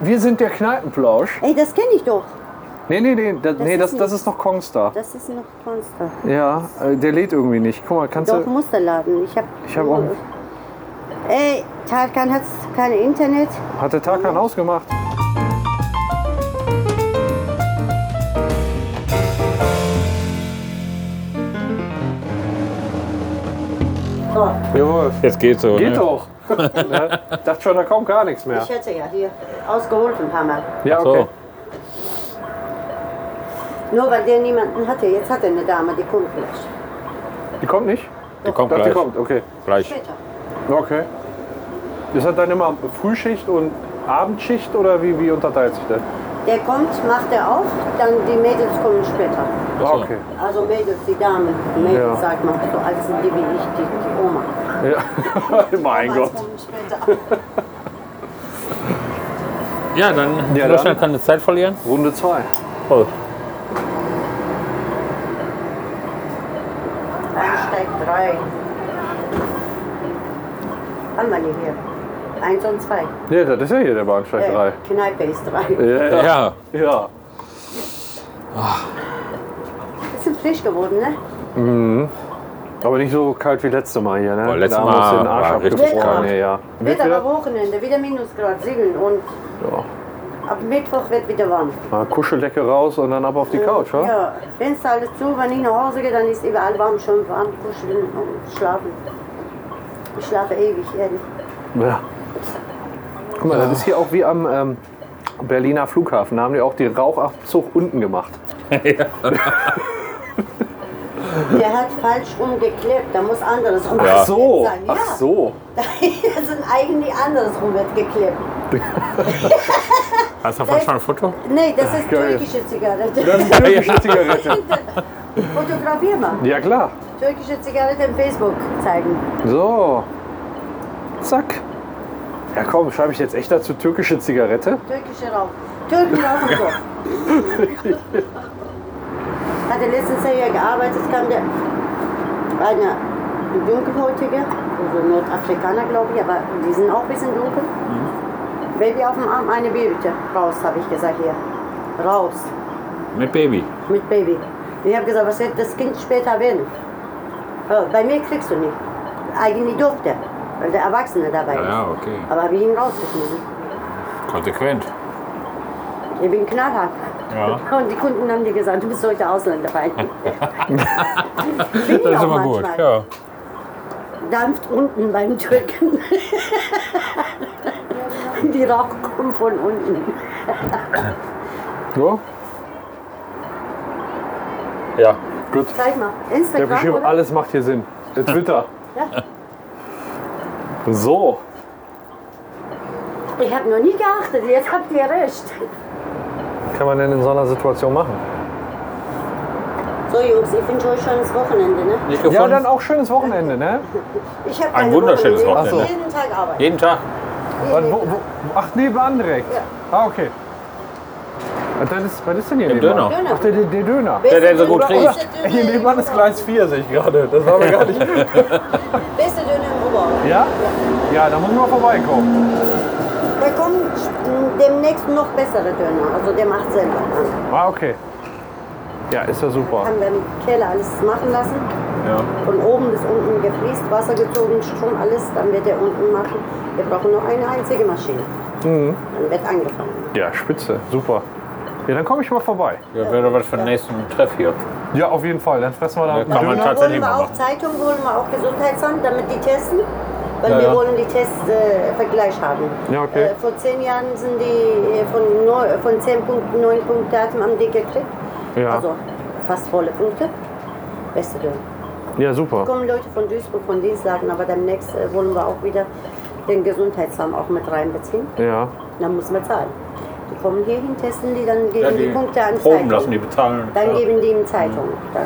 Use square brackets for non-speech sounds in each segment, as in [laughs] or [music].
Wir sind der Kneipenplausch. Ey, das kenne ich doch. Nee, nee, nee, das, nee, ist das, das nicht. ist noch Kongstar. Das ist noch Monster. Ja, äh, der lädt irgendwie nicht. Guck mal, kannst Doch, du. Musterladen. Ich habe. Ich hab auch- Ey, Tarkan hat kein Internet. Hat der Tarkan ausgemacht? Jawohl. Jetzt geht's so. Geht ne? doch. Ne? Dachte schon, da kommt gar nichts mehr. Ich hätte ja hier ausgeholt ein paar Mal. Ja, So. okay. Nur weil der niemanden hatte. Jetzt hat er eine Dame, die kommt vielleicht. Die kommt nicht? Die kommt Doch, die gleich. kommt, okay. gleich. Später. Okay. Ist das dann immer Frühschicht und Abendschicht oder wie, wie unterteilt sich das? Der kommt, macht er auf, dann die Mädels kommen später. Ah, Okay. [laughs] Also Mädels, die Damen. Mädels Ja. sagt man so, als sind die wie ich, die, die Oma. Ja. mein Omas Gott. kommen später. Ja, dann Ja, Deutschland dann. kann eine Zeit verlieren. Runde 2. Oh. Einsteig drei. Haben wir nicht hier. Eins und zwei. Ja, das ist ja hier der Bahnsteig 3. Äh, Kneipe ist drei. Ja. ja. Ja, ja. Bisschen frisch geworden, ne? Aber nicht so kalt wie letztes Mal hier, ne? Boah, letztes da haben wir uns Mal den Arsch war richtig abgefroren. kalt. hier, Ja. Wird Wird wieder? aber Wochenende, wieder Minusgrad, segeln und Ja. ab Mittwoch wird wieder warm. Mal Kuscheldecke raus und dann ab auf die Couch, wa? Ja, Fenster alles zu, wenn ich nach Hause gehe, dann ist überall warm, schön warm, kuscheln und schlafen. Ich schlafe ewig, ehrlich. Ja. Guck mal, das ist hier auch wie am ähm, Berliner Flughafen. Da haben die auch den Rauchabzug unten gemacht. Der hat falsch umgeklebt, da muss anderes rum Ach sein. Ja. Ach so. [laughs] Da sind eigentlich anderes rum wird geklebt. hast du davon schon ein Foto? Nee, das ist Geil. türkische Zigarette. Das [laughs] ist eine türkische Zigarette. Fotografier mal. Ja, klar. Türkische Zigarette im Facebook zeigen. So. Zack. Ja, komm, schreibe ich jetzt echt dazu türkische Zigarette? Türkische Rauch. Türken rauchen so. Hatte letztens hier gearbeitet, kam der eine dunkelhäutige, also Nordafrikaner glaube ich, aber die sind auch ein bisschen dunkel. Mhm. Baby auf dem Arm, eine Baby bitte. Raus, habe ich gesagt hier. Raus, Mit Baby. mit Baby. Ich habe gesagt, was wird das Kind später werden? Ja, Bei mir kriegst du nicht. Eigentlich durfte, weil der Erwachsene dabei ist. Ja, okay. Aber habe ich ihn rausgeschmissen. Konsequent. Ich bin knallhart. Ja. Und die Kunden haben dir gesagt, du bist heute Ausländer [laughs] bei. Das ist immer gut. Ja. Dampft unten beim Drücken. die Rauch kommt von unten. So. ja. Gut. Zeig mal, Ja, Instagram. bestimmt, oder? alles macht hier Sinn. Der Twitter. [laughs] Ja. So. Ich habe noch nie geachtet, jetzt habt ihr recht. Kann man denn in so einer Situation machen? So Jungs, ich wünsche euch schönes Wochenende. Ne? Nicht Ja, gefunden? dann auch schönes Wochenende, ne? Ich hab Ein keine wunderschönes Wochenende. Wochenende. Jeden Tag arbeiten. Jeden Tag. Und wo, wo, ach, nebenan direkt. Ja. Ah, okay. Und das ist, was ist denn hier Der nebenan? Döner. Ach, der, der, der Döner. Beste der so gut Döner- riecht. beste Döner Hier im nebenan ist Oberhausen. Gleis 4, sehe ich gerade. Das war mir gar nicht. Beste Döner im Oberhausen. Ja? Ja, da muss man vorbeikommen. Da kommen demnächst noch bessere Döner. Also der macht selber. Ah, okay. Ja, ist ja super. Haben wir im Keller alles machen lassen. Ja. Von oben bis unten gefließt, Wasser gezogen, Strom, alles. Dann wird er unten machen. Wir brauchen nur eine einzige Maschine. Mhm. Dann wird angefangen. ja, spitze. Super. Ja, dann komme ich mal vorbei. Ja, wäre doch was für den nächsten Treff hier. Ja, auf jeden Fall. Dann fressen wir da Ja, einen kann man Döner. tatsächlich- Holen wir mal auch machen. Zeitung, holen wir auch Gesundheitsamt, damit die testen. Weil Ja, wir ja. wollen die Tests äh, Vergleich haben. Ja, okay. äh, vor zehn Jahren sind die äh, von, neu, von zehn Punkten, neun Punkte hatten haben die gekriegt. Ja. Also fast volle Punkte. Beste Döner. Ja, super. kommen Leute von Duisburg, von Dienstlagen, aber demnächst äh, wollen wir auch wieder den Gesundheitsamt auch mit reinbeziehen. Ja. Dann muss man zahlen. Die kommen hierhin, testen die, dann geben die, Punkte an Proben Zeitung. lassen, die bezahlen. Dann Ja. Mhm. geben die ihm Zeitung. Dann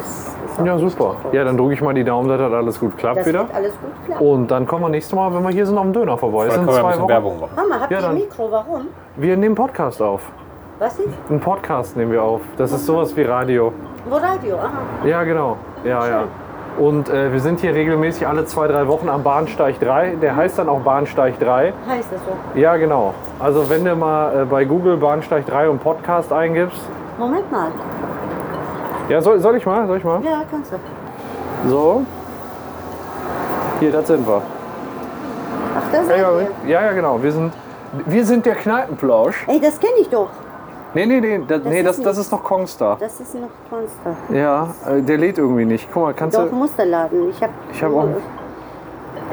ist, ist auch Ja, nicht super. vor. Ja, dann drücke ich mal die Daumen, dass das alles gut klappt das wieder. wird alles gut klappen. Und dann kommen wir nächstes Mal, wenn wir hier sind, am Döner vorbei. Es Dann sind können wir ein bisschen zwei Wochen. Werbung machen. Mama, habt Oh. Ja, ihr ein dann- Mikro? Warum? Wir nehmen Podcast auf. Was ist? Einen Podcast nehmen wir auf. Das ist sowas wie Radio. Wo Radio? Aha. Ja, genau. Ja, ja. Und äh, wir sind hier regelmäßig alle zwei, drei Wochen am Bahnsteig 3. Der heißt dann auch Bahnsteig 3. Heißt das so? Ja, genau. Also wenn du mal äh, bei Google Bahnsteig 3 und Podcast eingibst. Moment mal. Ja, soll, soll ich mal? Soll ich mal? Ja, kannst du. So. Hier, das sind wir. Ach, das Ja, seid ja, ihr. ja, ja, genau. Wir sind, wir sind der Kneipenplausch. Ey, das kenne ich doch. Nee, nee, nee. Das, nee, ist das, das nicht- ist noch Kongstar. Das ist noch Konster. Ja, äh, der lädt irgendwie nicht. Guck mal, kannst Doch, du. Musterladen. Ich habe. Ich hab auch-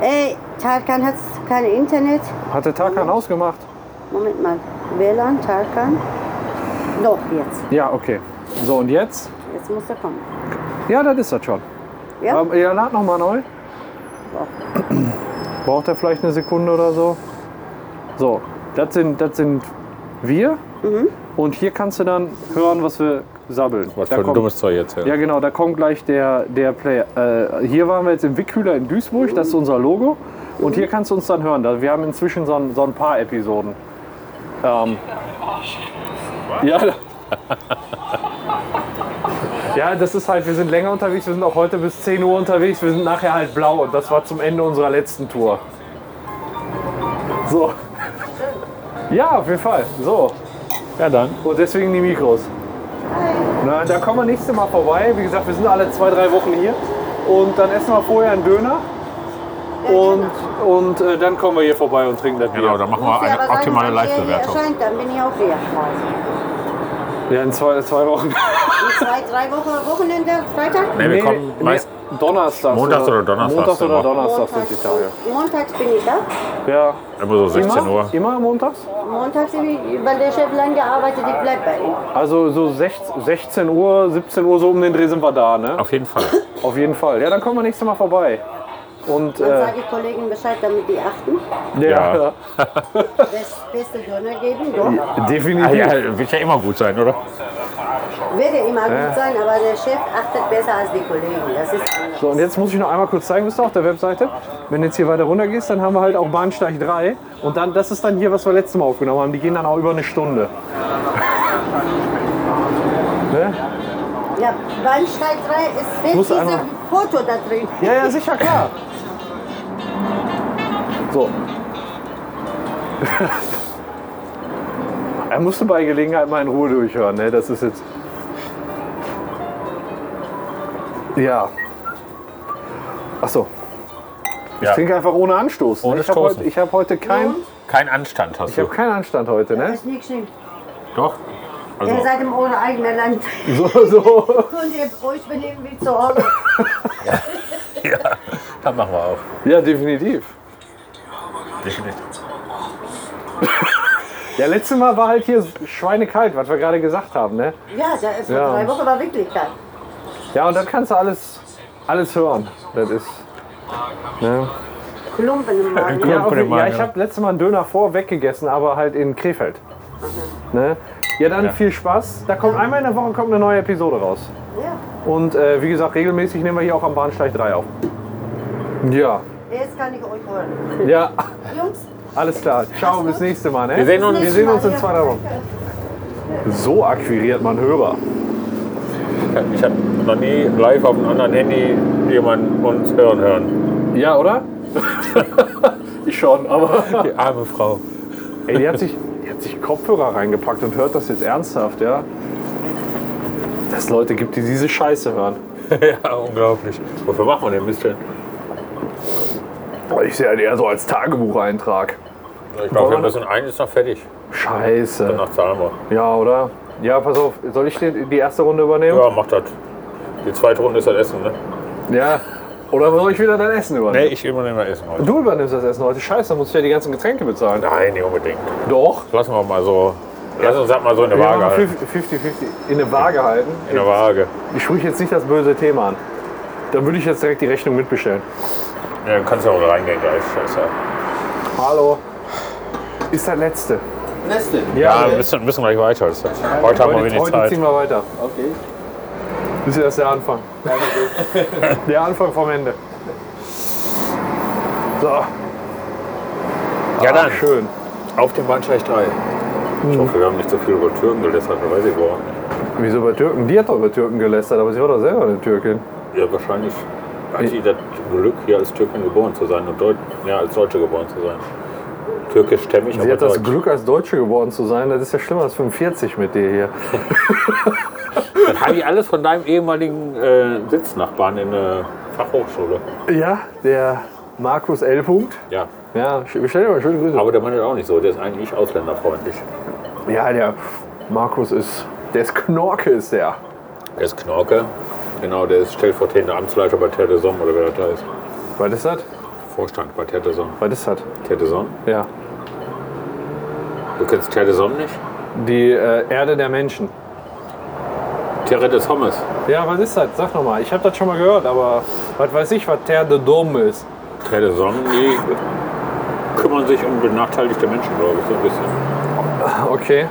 Ey, Tarkan hat kein Internet. Hat der Tarkan ausgemacht? Moment mal. WLAN, Tarkan. Doch, jetzt. Ja, okay. So, und jetzt? Jetzt muss er kommen. Ja, das ist das schon. Ja? Ähm, ja, lad nochmal neu. Braucht er vielleicht eine Sekunde oder so? So, das sind, das sind wir. Und hier kannst du dann hören, was wir sabbeln. Was Da für ein kommt- dummes Zeug jetzt. Ja, genau, da kommt gleich der, der Player. Äh, hier waren wir jetzt im Wickhüler in Duisburg, das ist unser Logo. Und hier kannst du uns dann hören. Da- Wir haben inzwischen so ein, so ein paar Episoden. Ähm, ja, [laughs] ja, das ist halt, wir sind länger unterwegs, wir sind auch heute bis 10 Uhr unterwegs, wir sind nachher halt blau und das war zum Ende unserer letzten Tour. So. Ja, auf jeden Fall. So. ja dann. Und deswegen die Mikros. Na, da kommen wir nächstes Mal vorbei. Wie gesagt, wir sind alle zwei, drei Wochen hier. Und dann essen wir vorher einen Döner. Und, und äh, dann kommen wir hier vorbei und trinken das Bier. Genau, dann machen wir Muss ja aber eine sagen, optimale wenn der hier Live-Bewertung. erscheint, dann bin ich auch hier. Ja, in zwei, zwei Wochen. In zwei, drei Wochen, Wochenende, Freitag? Nee, wir Nee, kommen nee, meist Donnerstag. Montags oder Donnerstags Montags oder immer. Donnerstag sind die Tage. Montags bin ich da. Ja. immer so 16 Immer, Uhr. immer montags? Montags, weil der Chef lang gearbeitet ich bleib bei ihm. Also so 16, 16 Uhr, 17 Uhr, so um den Dreh sind wir da, ne? Auf jeden Fall. Auf jeden Fall. Ja, dann kommen wir nächstes Mal vorbei. Und Dann äh, sage ich Kollegen Bescheid, damit die achten. ja, Ja. Das beste Döner geben, doch. definitiv. Ah, ja, wird ja immer gut sein, oder? Wird ja immer gut sein, aber der Chef achtet besser als die Kollegen. Das ist anders. So, und jetzt muss ich noch einmal kurz zeigen, bist du auf der Webseite? Wenn du jetzt hier weiter runter gehst, dann haben wir halt auch Bahnsteig 3. Und dann, das ist dann hier, was wir letztes Mal aufgenommen haben. Die gehen dann auch über eine Stunde. [laughs] ne? Ja, Bahnsteig 3 ist mit Muss diesem einmal- Foto da drin. Ja, ja, sicher, klar. So. [laughs] er musste bei Gelegenheit mal in Ruhe durchhören, ne? Das ist jetzt. Ja. Ach so. Ich Ja. trinke einfach ohne Anstoß. ne? Ohne ich habe Stoßen. heute, ich hab heute kein, Kein Anstand hast ich hab du. keinen Anstand heute, Das ne? ist nicht schlimm. Doch. Ihr Also, seid im ohne eigenen Land. So, so. Könnt ihr euch benehmen wie zu Hause. [laughs] ja, dann machen wir auf. Ja, definitiv. Definitiv. Ja, letztes Mal war halt hier schweinekalt, was wir gerade gesagt haben, ne? Ja, da ist vor Ja. drei Wochen war wirklich kalt. Ja, und dann kannst du alles, alles hören. Das ist. Ne? Klumpen [laughs] im Magen. Ja, auf, Klumpen im Magen, ja, ich ja. habe letztes Mal einen Döner vorweg gegessen, aber halt in Krefeld. Ne? Ja, dann Ja. viel Spaß. Da kommt einmal in der Woche kommt eine neue Episode raus. Ja. Und äh, wie gesagt, regelmäßig nehmen wir hier auch am Bahnsteig 3 auf. Ja, Jetzt kann ich euch hören. ja, [laughs] Jungs, alles klar. Ciao, bis nächste Mal. Ne? Wir sehen uns- wir sehen uns in zwei drei Wochen. So akquiriert man Hörer. Ich habe noch nie live auf einem anderen Handy jemanden uns hören hören. Ja, oder? [laughs] ich schon, aber. [laughs] Die arme Frau. [laughs] Ey, die hat, sich, die hat sich Kopfhörer reingepackt und hört das jetzt ernsthaft, ja? Dass es Leute gibt, die diese Scheiße hören. ja, unglaublich. Wofür machen wir den Mist denn? Aber Ich sehe halt eher so als Tagebucheintrag. Ich glaube, wir müssen eins ist noch fertig. Scheiße. Danach zahlen wir. Ja, oder? Ja, pass auf, soll ich die die erste Runde übernehmen? Ja, macht das. Die zweite Runde ist das Essen, ne? Ja. Oder soll ich wieder dein Essen Nee, übernehmen? ich übernehme das Essen heute. Du übernimmst das Essen heute. Scheiße, dann musst du ja die ganzen Getränke bezahlen. Nein, nicht unbedingt. Doch. Lassen wir mal so. Lass uns das mal so in der Wir Waage haben halten. 50-50 in eine Waage halten. In der Waage. Ich sprich jetzt nicht das böse Thema an. Dann würde ich jetzt direkt die Rechnung mitbestellen. Ja, dann kannst du auch reingehen gleich. Scheiße. Hallo. Ist das letzte. Nächste. Ja, wir müssen, müssen gleich weiter. Das ist- Heute haben wir Heute, wenig heute Zeit. ziehen wir weiter. Okay. Das ist erst der [laughs] Anfang. der Anfang vom Ende. So, Ah, Ja, dann. schön. Auf dem Bahnsteig 3. Hm. Ich hoffe, wir haben nicht so viel über Türken gelästert, da weiß ich warum. Wieso bei Türken? Die hat doch über Türken gelästert, aber sie war doch selber eine Türkin. Ja, wahrscheinlich. Hat die das Glück, hier als Türkin geboren zu sein und Deut ja, als Deutsche geboren zu sein. Türkischstämmig, Sie aber hat das deutsch. Glück, als Deutsche geworden zu sein. Das ist ja schlimmer als 45 mit dir hier. Das habe ich alles von deinem ehemaligen äh, Sitznachbarn in der Fachhochschule. Ja, der Markus L. Punkt. Ja, Ja, sch- stell dir mal schöne Grüße. aber der meint das auch nicht so. Der ist eigentlich ausländerfreundlich. Ja, der Markus ist. Der ist Knorke, ist der. Der ist Knorke. Genau, der ist stellvertretender Amtsleiter bei Terdesom oder wer das da ist. Was ist das? Vorstand bei Terdesom. Was ist das? Terdesom? Ja. Du kennst Terdesom nicht? Die äh, Erde der Menschen. Terre des Hommes. Ja, was ist das? Sag nochmal. Ich habe das schon mal gehört, aber was weiß ich, was Terre de Dom ist. Terdesom, die kümmern sich um benachteiligte Menschen, glaube ich, so ein bisschen. Okay.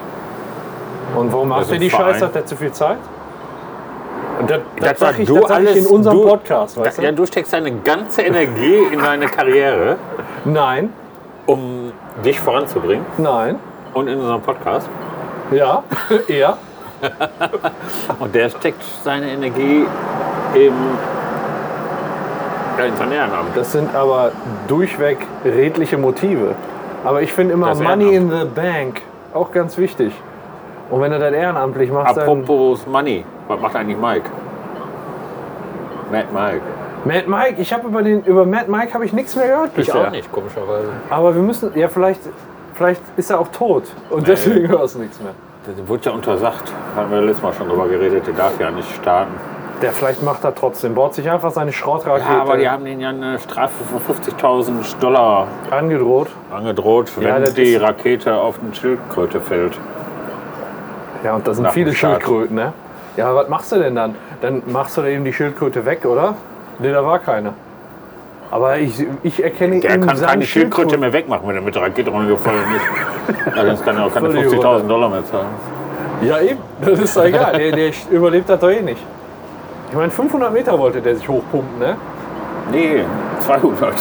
Und warum macht ist ihr ein die Verein. Scheiße? Hat der zu viel Zeit? Und das, das, Das sag war ich, du das sag ich in alles- unserem du- Podcast, weißt Ja, du? du steckst deine ganze Energie in deine Karriere, Nein, um dich voranzubringen nein. und in unserem Podcast. Ja, [laughs] er. Und der steckt seine Energie im, ja, in sein Ehrenamt. Das sind aber durchweg redliche Motive. Aber ich finde immer Das Money in the Bank auch ganz wichtig. Und wenn er das ehrenamtlich macht, dann. Apropos Money, was macht eigentlich Mike? Mad Mike. Mad Mike, ich habe über den über Mad Mike habe ich nichts mehr gehört Ich bisher. auch nicht, komischerweise. Aber wir müssen, ja vielleicht, vielleicht ist er auch tot und deswegen hörst du nichts mehr. Das wurde ja untersagt. Haben wir letztes Mal schon drüber geredet, der darf ja nicht starten. Der vielleicht macht er trotzdem, baut sich einfach seine Schrottrakete Ja, aber die haben den ja eine Strafe von 50.000 Dollar angedroht. angedroht, Ja, wenn das die ist- Rakete auf den Schildkröte fällt. Ja, und das sind Nach viele dem Start. Schildkröten, ne? Ja, aber was machst du denn dann? Dann machst du da eben die Schildkröte weg, oder? Ne, da war keine. Aber ich, ich erkenne Der im kann Sand keine Schildkröte Schildkröten. mehr wegmachen, wenn er mit der Rakete runtergefallen [laughs] ist. ja, sonst kann er auch keine Völlig 50.000 Dollar mehr zahlen. Ja, eben. Das ist doch egal. Der, der [laughs] überlebt das doch eh nicht. Ich meine, 500 Meter wollte der sich hochpumpen, ne? Nee, 200.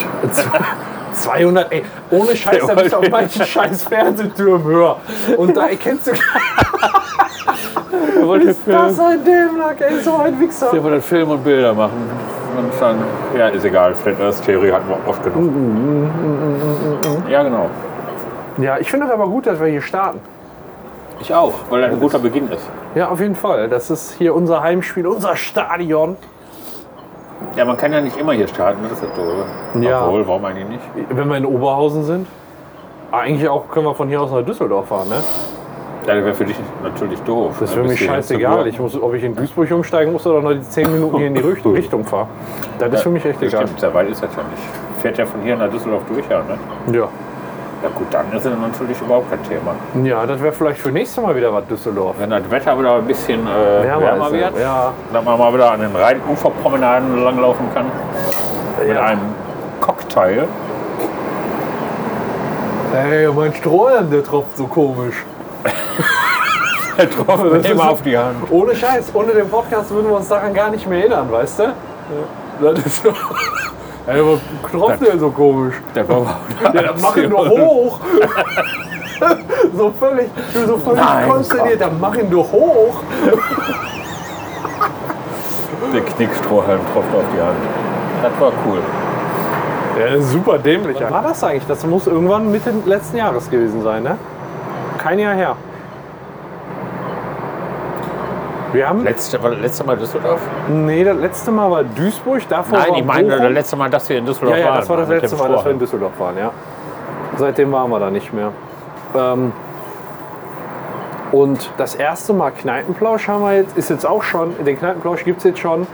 200, ey, ohne Scheiß, da bist du auf manchen scheiß Fernsehtürmen höher. Und da erkennst du gar Der [laughs] wollte, nicht, dass er ein Dämlack, ey, so ein Wichser. Film und Bilder machen. Und dann, ja, ist egal. Flat Earth Theory hatten wir oft Mhm, genug. Ja, genau. Ja, ich finde das aber gut, dass wir hier starten. Ich auch, weil das ein guter Beginn ist. Ja, auf jeden Fall. Das ist hier unser Heimspiel, unser Stadion. Ja, man kann ja nicht immer hier starten, das ist ja doof. Ja. Obwohl, warum eigentlich nicht? Wenn wir in Oberhausen sind, eigentlich auch können wir von hier aus nach Düsseldorf fahren, ne? Ja, Das wäre für dich natürlich doof. Das ist für mich scheißegal. Ich muss, ob ich in Duisburg umsteigen muss oder noch die 10 Minuten hier in die [laughs] Richt- Richtung fahre. Das ist für mich echt egal. Stimmt, sehr weit ist das ja nicht. Fährt ja von hier nach Düsseldorf durch, ja, ne? Ja. Ja gut, dann ist es natürlich überhaupt kein Thema. Ja, das wäre vielleicht für nächstes Mal wieder was Düsseldorf. Wenn das Wetter wieder ein bisschen äh, wärmer, ist es. wird, Ja. dass man mal wieder an den Rheinuferpromenaden langlaufen kann mit Ja. einem Cocktail. [laughs] Ey, mein Strohhalm, der tropft so komisch. Getroffen, ist- immer auf die Hand. Ohne Scheiß, ohne den Podcast würden wir uns daran gar nicht mehr erinnern, weißt du? Das ist so. [laughs] Ey, was tropft denn so komisch? Das [laughs] war überhaupt Ja, dann mach ihn doch hoch! [laughs] so völlig, so völlig Nein, konsterniert, dann mach ihn doch hoch! der Knickstrohhalm tropft auf die Hand. Das war cool. Ja, super dämlich. Wann war das eigentlich? Das muss irgendwann Mitte letzten Jahres gewesen sein, ne? Kein Jahr her. Wir haben. Letzte, war das letzte Mal Düsseldorf? Nee, das letzte Mal war Duisburg, davor Nein, war ich meine Bochum. das letzte Mal, dass wir in Düsseldorf Ja, ja, waren. Also das war das mit dem letzte Mal, dass wir in Strohhalm. Düsseldorf waren, ja. Seitdem waren wir da nicht mehr. Ähm, und das erste Mal Kneipenplausch haben wir jetzt, ist jetzt auch schon, den Kneipenplausch gibt es jetzt schon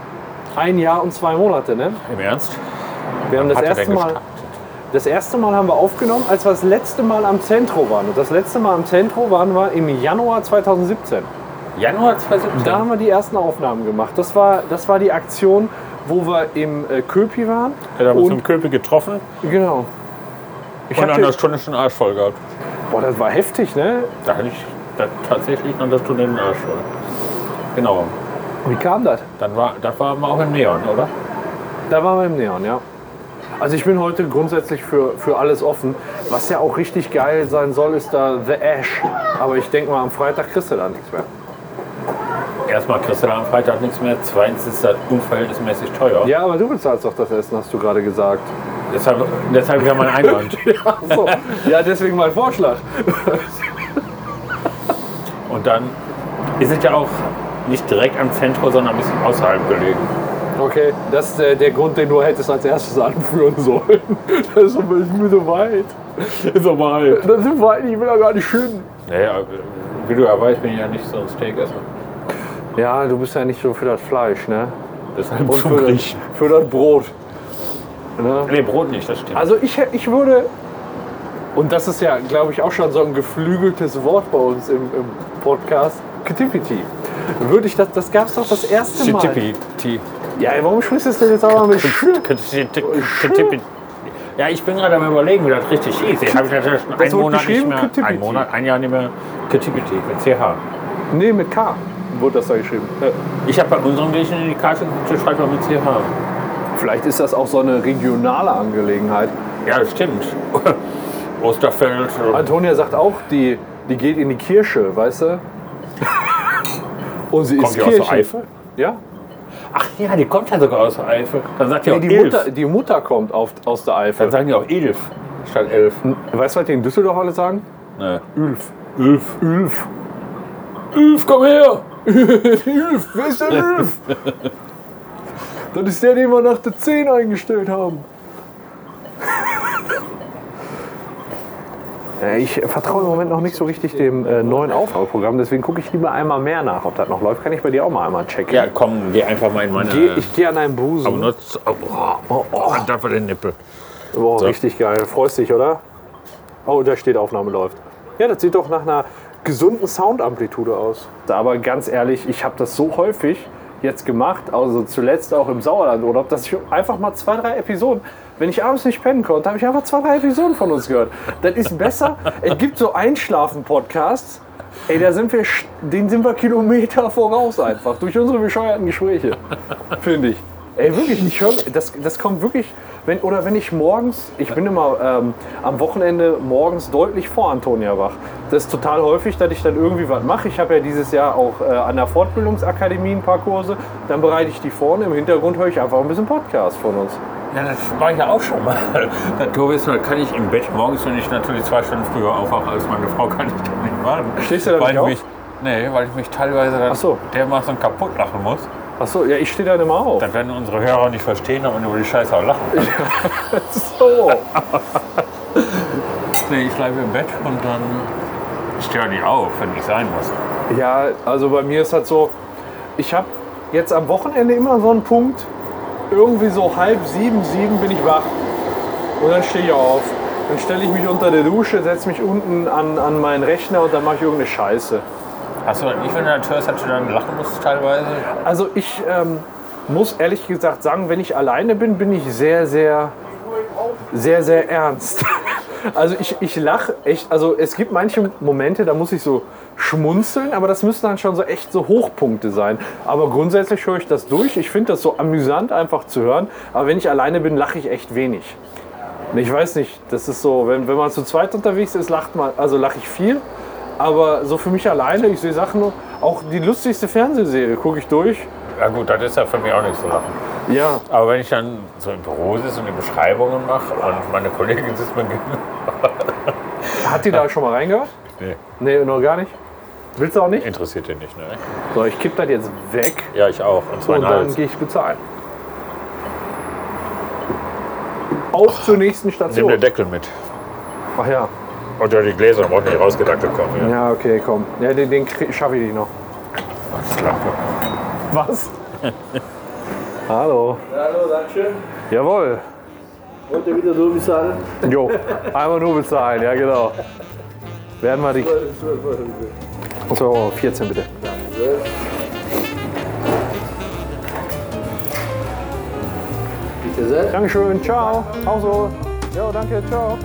ein Jahr und zwei Monate, ne? Im Ernst? Wir haben das Hat er erste denn Mal. gestartet? Das erste Mal haben wir aufgenommen, als wir das letzte Mal am Zentro waren. Und das letzte Mal am Zentro waren wir im Januar 2017. Januar 2017? Da haben wir die ersten Aufnahmen gemacht. Das war, das war die Aktion, wo wir im äh, Köpi waren. Ja, da haben wir uns und, im Köpi getroffen genau. Ich und hab an den- der Stunde schon Arsch voll gehabt. Boah, das war heftig, ne? Da hatte ich da tatsächlich an der Stunde den Arsch voll. Genau. Wie kam das? Dann war, das war mal auch im Neon, oder? Da waren wir im Neon, ja. Also ich bin heute grundsätzlich für, für alles offen. Was ja auch richtig geil sein soll, ist da The Ash. Aber ich denke mal, am Freitag kriegst du da nichts mehr. Erstmal kriegst du da am Freitag nichts mehr. Zweitens ist das unverhältnismäßig teuer. Ja, aber du bezahlst doch das Essen, hast du gerade gesagt. Deshalb, deshalb ja mein Einwand. [laughs] Ach so. ja, deswegen mein Vorschlag. Und dann ist es ja auch nicht direkt am Zentrum, sondern ein bisschen außerhalb gelegen. Okay, das ist äh, der Grund, den du hättest als erstes anführen sollen. [laughs] Das ist aber ich bin so weit. Ist aber halt. Das sind weit, ich will da gar nicht hin. Naja, wie du ja weißt, bin ich ja nicht so ein Steakesser. Ja, du bist ja nicht so für das Fleisch, ne? Deshalb Und für, das, für das Brot. Ne? Nee, Brot nicht, das stimmt. Also ich, hä- ich würde, und das ist ja, glaube ich, auch schon so ein geflügeltes Wort bei uns im, im Podcast, Ktippiti. Würde ich das, das gab es doch das erste Also, Mal. Chitipiti. Ja, warum sprichst du das denn jetzt auch mal mit Sch? Chitipiti. Ja, ich bin gerade am überlegen, wie das richtig hieß. Ich habe ich natürlich schon einen wird Monat nicht geschrieben, mehr. Kittipiti. Einen Monat, ein Jahr nicht mehr. Kitipiti mit CH. Nee, mit K wurde das da geschrieben. Ich habe bei unserem Griechen in die Karte geguckt, der schreibt man mit CH. Vielleicht ist das auch so eine regionale Angelegenheit. Ja, das stimmt. [laughs] Osterfeld. Antonia sagt auch, die, die geht in die Kirche, weißt [laughs] du? Und sie Kommt ist die aus Kirche. der Eifel? Ja? Ach ja, die kommt ja sogar aus der Eifel. Dann sagt die Nee, auch die, Mutter, Elf. die Mutter kommt auf, aus der Dann Eifel. sagen die auch Elf statt Elf. Weißt du, was die in Düsseldorf alle sagen? Nee. Ülf. Elf. Ülf. Elf, komm her! [laughs] Ülf, wer ist der Ülf? das ist der, den wir nach der 10 eingestellt haben. Äh, Ich vertraue im Moment noch nicht so richtig dem äh, neuen Aufbauprogramm, deswegen gucke ich lieber einmal mehr nach, ob das noch läuft. Kann ich bei dir auch mal einmal checken? Ja, komm, geh einfach mal in meine. Geh, ich gehe an einen Busen. Benutzt. Oh, boah. oh, oh. das war der Nippel. Boah, richtig geil. Freust dich, oder? Oh, da steht Aufnahme läuft. Ja, das sieht doch nach einer gesunden Soundamplitude aus. Aber ganz ehrlich, ich habe das so häufig jetzt gemacht, also zuletzt auch im Sauerlandurlaub, dass ich einfach mal zwei, drei Episoden, wenn ich abends nicht pennen konnte, habe ich einfach zwei, drei Episoden von uns gehört. Das ist [laughs] besser. es gibt so Einschlafen-Podcasts. Ey, da sind wir, sch- den sind wir Kilometer voraus einfach durch unsere bescheuerten Gespräche, finde ich. Ey, wirklich, ich höre, das, das kommt wirklich, wenn, oder wenn ich morgens, ich bin immer ähm, am Wochenende morgens deutlich vor Antonia wach. Das ist total häufig, dass ich dann irgendwie was mache. Ich habe ja dieses Jahr auch äh, an der Fortbildungsakademie ein paar Kurse. Dann bereite ich die vorne, im Hintergrund höre ich einfach ein bisschen Podcast von uns. Ja, das war ich ja auch schon [laughs] mal. Das Doofe ist, da kann ich im Bett morgens, wenn ich natürlich zwei Stunden früher aufwache als meine Frau, kann ich dann nicht warten. Stehst du da nicht weil ich auf? mich, Nee, weil ich mich teilweise dann Ach so. dermaßen kaputt lachen muss. Achso, ja, ich stehe dann immer auf. Das werden unsere Hörer nicht verstehen, aber über die Scheiße auch lachen. So. Nee, ich bleibe im Bett und dann stehe ich nicht auf, wenn ich sein muss. Ja, also bei mir ist das so, ich habe jetzt am Wochenende immer so einen Punkt, irgendwie so halb sieben, sieben bin ich wach. Und dann stehe ich auf. Dann stelle ich mich unter der Dusche, setze mich unten an, an meinen Rechner und dann mache ich irgendeine Scheiße. Hast du das nicht, wenn du das hörst, dass du dann lachen musst teilweise? Also ich ähm, muss ehrlich gesagt sagen, wenn ich alleine bin, bin ich sehr, sehr, sehr, sehr ernst. [laughs] Also ich, ich lache echt, also es gibt manche Momente, da muss ich so schmunzeln, aber das müssen dann schon so echt so Hochpunkte sein. Aber grundsätzlich höre ich das durch. Ich finde das so amüsant einfach zu hören. Aber wenn ich alleine bin, lache ich echt wenig. Und Ich weiß nicht, das ist so, wenn, wenn man zu zweit unterwegs ist, lacht man, also lache ich viel. Aber so für mich alleine, ich sehe Sachen, auch die lustigste Fernsehserie gucke ich durch. Ja gut, das ist ja für mich auch nicht so lachen. Ja, Aber wenn ich dann so im Büro sitze und die Beschreibungen mache und meine Kollegin sitzt mir gegenüber, hat die da schon mal reingehört? nee, Nee, noch gar nicht. Willst du auch nicht? interessiert den nicht, ne? So, ich kipp das jetzt weg Ja, ich auch. Und zwar und in den dann Hals. gehe ich bezahlen. Auf zur nächsten Nimm den Station. Deckel mit. Ach ja. Oder die Gläser, dann braucht nicht rausgedackelt kommen. Ja. Ja, okay, komm. Ja, den, den schaffe ich nicht noch. Das ist klar. Was? [laughs] Hallo. Hallo, danke. Jawohl. Wollt ihr wieder so bezahlen? Jo, einmal nur bezahlen, ja genau. Werden wir die. So, 14 bitte. Bitte sehr. Dankeschön, ciao. Auch so. Jo, danke, ciao.